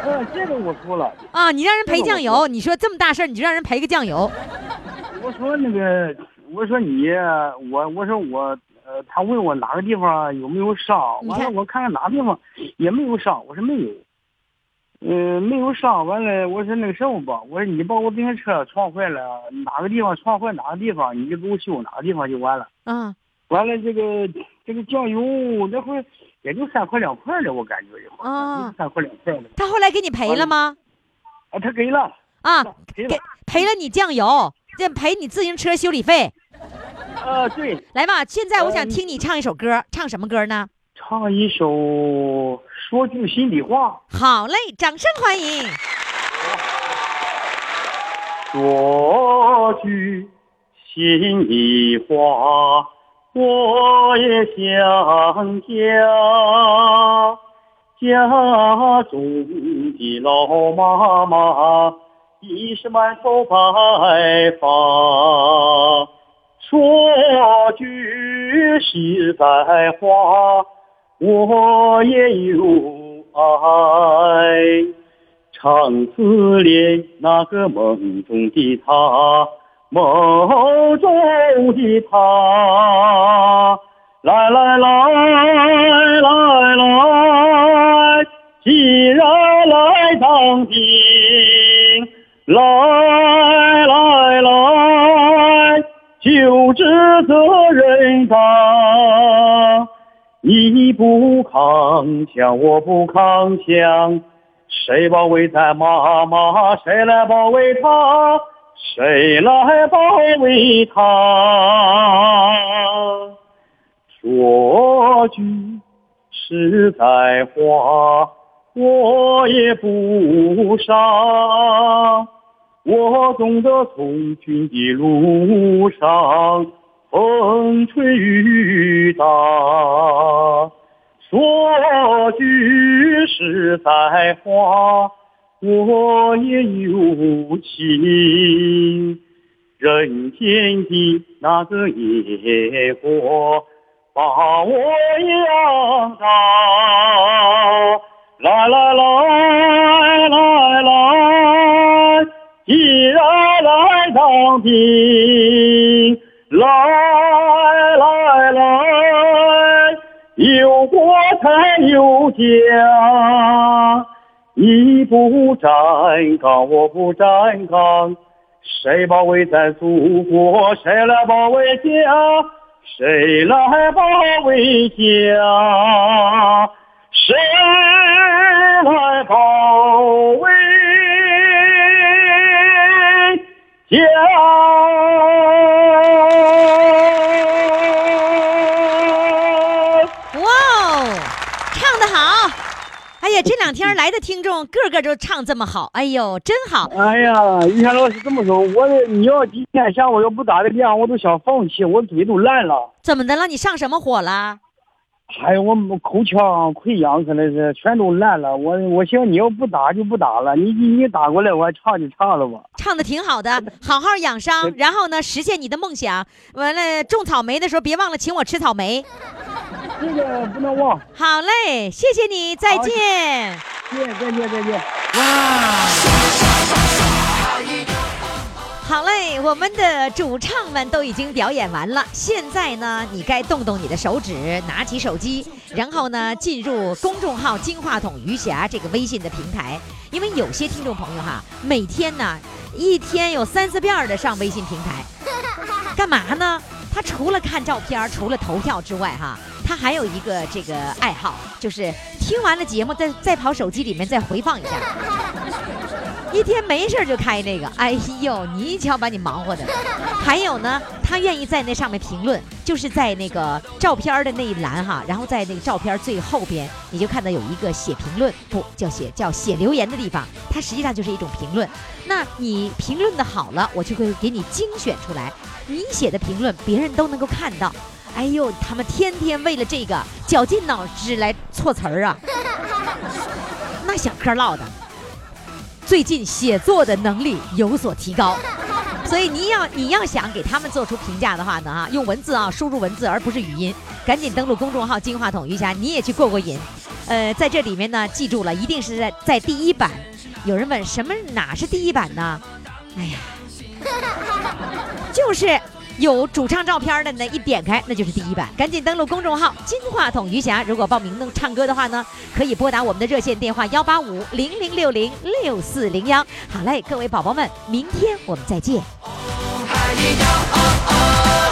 J: 呃，这个我说了，
A: 啊，你让人赔
J: 这个
A: 酱
J: 我
A: 油，你说这么大事儿，你就让人赔个酱油，
J: 我说那个，我说你，我我说我，呃，他问我哪个地方有没有伤，
A: 你
J: 完
A: 看
J: 了我看看哪个地方也没有伤，我说没有，嗯、没有伤，完了我说那个什么吧，我说你把我自行车撞坏了，哪个地方撞坏哪个地方，你就给我修哪个地方就完了。
A: 啊，
J: 完了这个这个酱油那会儿也就三块两块了，我感觉也就
A: 啊
J: 三块两块了，
A: 他后来给你赔了吗？
J: 啊，他给了，
A: 啊，
J: 给了
A: 给，赔了你酱油，这赔你自行车修理费。
J: 啊，对。
A: 来吧，现在我想
J: 嗯
A: 听你唱一首歌，唱什么歌呢？
J: 唱一首《说句心里话
A: 好嘞，掌声欢迎。》，
J: 说句心里话，我也想家。家中的老妈妈已是满头白发，说句实在话，我也有爱。常思念那个梦中的她，梦中的她，来来来来来，既然来当兵，来来来，就知责任大。你不扛枪，我不扛枪，谁保卫咱妈妈？谁来保卫她？谁来保卫她？说句实在话，我也不傻。我懂得从军的路上，风吹雨打。说句实在话，我也有情。人间的那个野火，把我养着。来来来来来，既然来当兵，来来来，有国才有家。你不站岗，我不站岗，谁保卫咱祖国？谁来保卫家？谁来保卫家？谁来保卫家？
A: 哇哦，唱得好！哎呀，这两天来的听众个个都唱这么好，哎呦，真好！
J: 哎呀，于谦老师这么说，我的你要今天下午要不打个电话，我都想放弃，我嘴都烂了。
A: 怎么的了？你上什么火了？
J: 哎呀，我口腔溃疡可能是全都烂了。我我寻思你要不打就不打了，你你你打过来，我还唱就唱了吧。
A: 唱的挺好 的，好好养伤，
J: 对
A: 然后呢，实现你的梦想。完了，种草莓的时候别忘了请我吃草莓。
J: 这个不能忘，
A: 好嘞，谢谢你，再
J: 好
A: 见。
J: 谢谢，再见再见。
A: 好嘞，我们的主唱们都已经表演完了，现在呢，你该动动你的手指，拿起手机，然后呢，进入公众号“金话筒余霞”这个微信的平台，因为有些听众朋友哈，每天呢，一天有三四遍儿的上微信平台，干嘛呢？他除了看照片儿，除了投票之外，哈，他还有一个这个爱好，就是听完了节目，再再跑手机里面再回放一下。一天没事儿就开那个，哎呦，你一瞧把你忙活的。还有呢，他愿意在那上面评论，就是在那个照片儿的那一栏哈，然后在那个照片儿最后边，你就看到有一个写评论，不叫写叫写留言的地方，它实际上就是一种评论。那你评论的好了，我就会给你精选出来，你写的评论别人都能够看到。哎呦，他们天天为了这个绞尽脑汁来措词儿啊， 那小嗑唠的。最近写作的能力有所提高。所以你要你要想给他们做出评价的话呢，哈，用文字啊，输入文字而不是语音，赶紧登录公众号“金话筒余霞”，你也去过过瘾。呃，在这里面呢，记住了，一定是在在第一版。有人问什么哪是第一版呢？哎呀，就是有主唱照片的呢，一点开那就是第一版。赶紧登录公众号“金话筒余霞”，如果报名能唱歌的话呢，可以拨打我们的热线电话幺八五零零六零六四零幺。好嘞，各位宝宝们，明天我们再见。
K: 还一样哦哦。